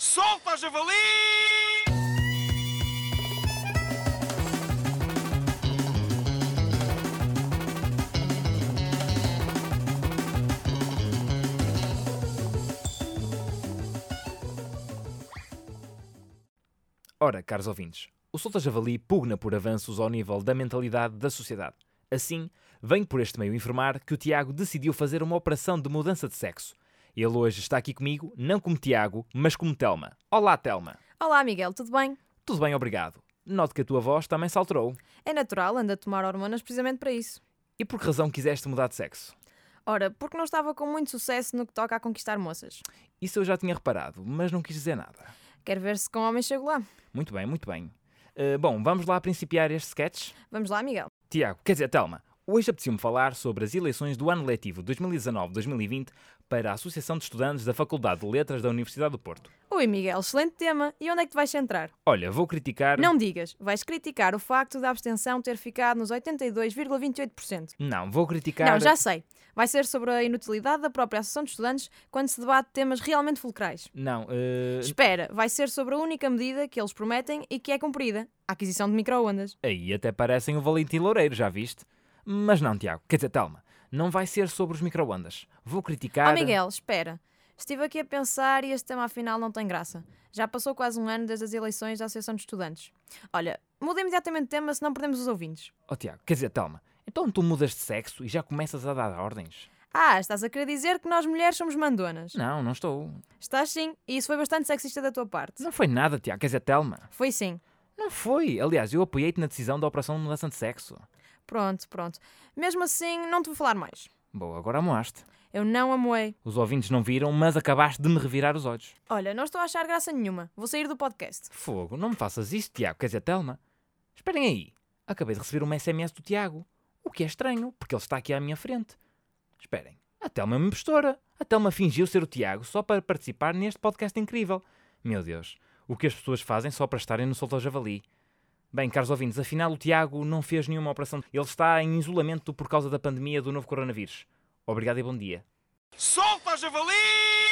Solta, javali! Ora, caros ouvintes, o Solta Javali pugna por avanços ao nível da mentalidade da sociedade. Assim, venho por este meio informar que o Tiago decidiu fazer uma operação de mudança de sexo. Ele hoje está aqui comigo, não como Tiago, mas como Telma. Olá, Telma. Olá, Miguel, tudo bem? Tudo bem, obrigado. Note que a tua voz também se alterou. É natural, anda a tomar hormonas precisamente para isso. E por que razão quiseste mudar de sexo? Ora, porque não estava com muito sucesso no que toca a conquistar moças. Isso eu já tinha reparado, mas não quis dizer nada. Quero ver se com homens chego lá. Muito bem, muito bem. Eh, bom, vamos lá principiar este sketch? Vamos lá, Miguel. Tiago, quer dizer, Telma, hoje apetecia-me falar sobre as eleições do ano letivo 2019-2020 para a Associação de Estudantes da Faculdade de Letras da Universidade do Porto. Oi, Miguel, excelente tema. E onde é que te vais centrar? Olha, vou criticar. Não digas, vais criticar o facto da abstenção ter ficado nos 82,28%. Não, vou criticar. Não, já sei. Vai ser sobre a inutilidade da própria Associação de Estudantes quando se debate temas realmente fulcrais. Não, eh, Espera, vai ser sobre a única medida que eles prometem e que é cumprida: a aquisição de microondas. aí até parecem o Valentim Loureiro, já viste? Mas não, Tiago, quer dizer, Telma, não vai ser sobre os microondas. Vou criticar. Oh, Miguel, espera. Estive aqui a pensar e este tema afinal não tem graça. Já passou quase um ano desde as eleições da Associação de Estudantes. Olha, muda imediatamente de tema, senão perdemos os ouvintes. Oh, Tiago, quer dizer, Telma, então tu mudas de sexo e já começas a dar ordens? Ah, estás a querer dizer que nós mulheres somos mandonas. Não, não estou. Estás sim, e isso foi bastante sexista da tua parte. Não foi nada, Tiago, quer dizer, Telma. Foi sim. Não foi. Aliás, eu apoiei-te na decisão da operação de mudança de sexo. Pronto, pronto. Mesmo assim, não te vou falar mais. Boa, agora amoaste. Eu não amoei. Os ouvintes não viram, mas acabaste de me revirar os olhos. Olha, não estou a achar graça nenhuma. Vou sair do podcast. Fogo, não me faças isso, Tiago. Quer dizer, Telma? Esperem aí. Acabei de receber um uma SMS do Tiago. O que é estranho, porque ele está aqui à minha frente. Esperem. A Telma é uma impostora. A Telma fingiu ser o Tiago só para participar neste podcast incrível. Meu Deus, o que as pessoas fazem só para estarem no Solta Javali. Bem, caros ouvintes, afinal o Tiago não fez nenhuma operação. Ele está em isolamento por causa da pandemia do novo coronavírus. Obrigado e bom dia. Solta, javali!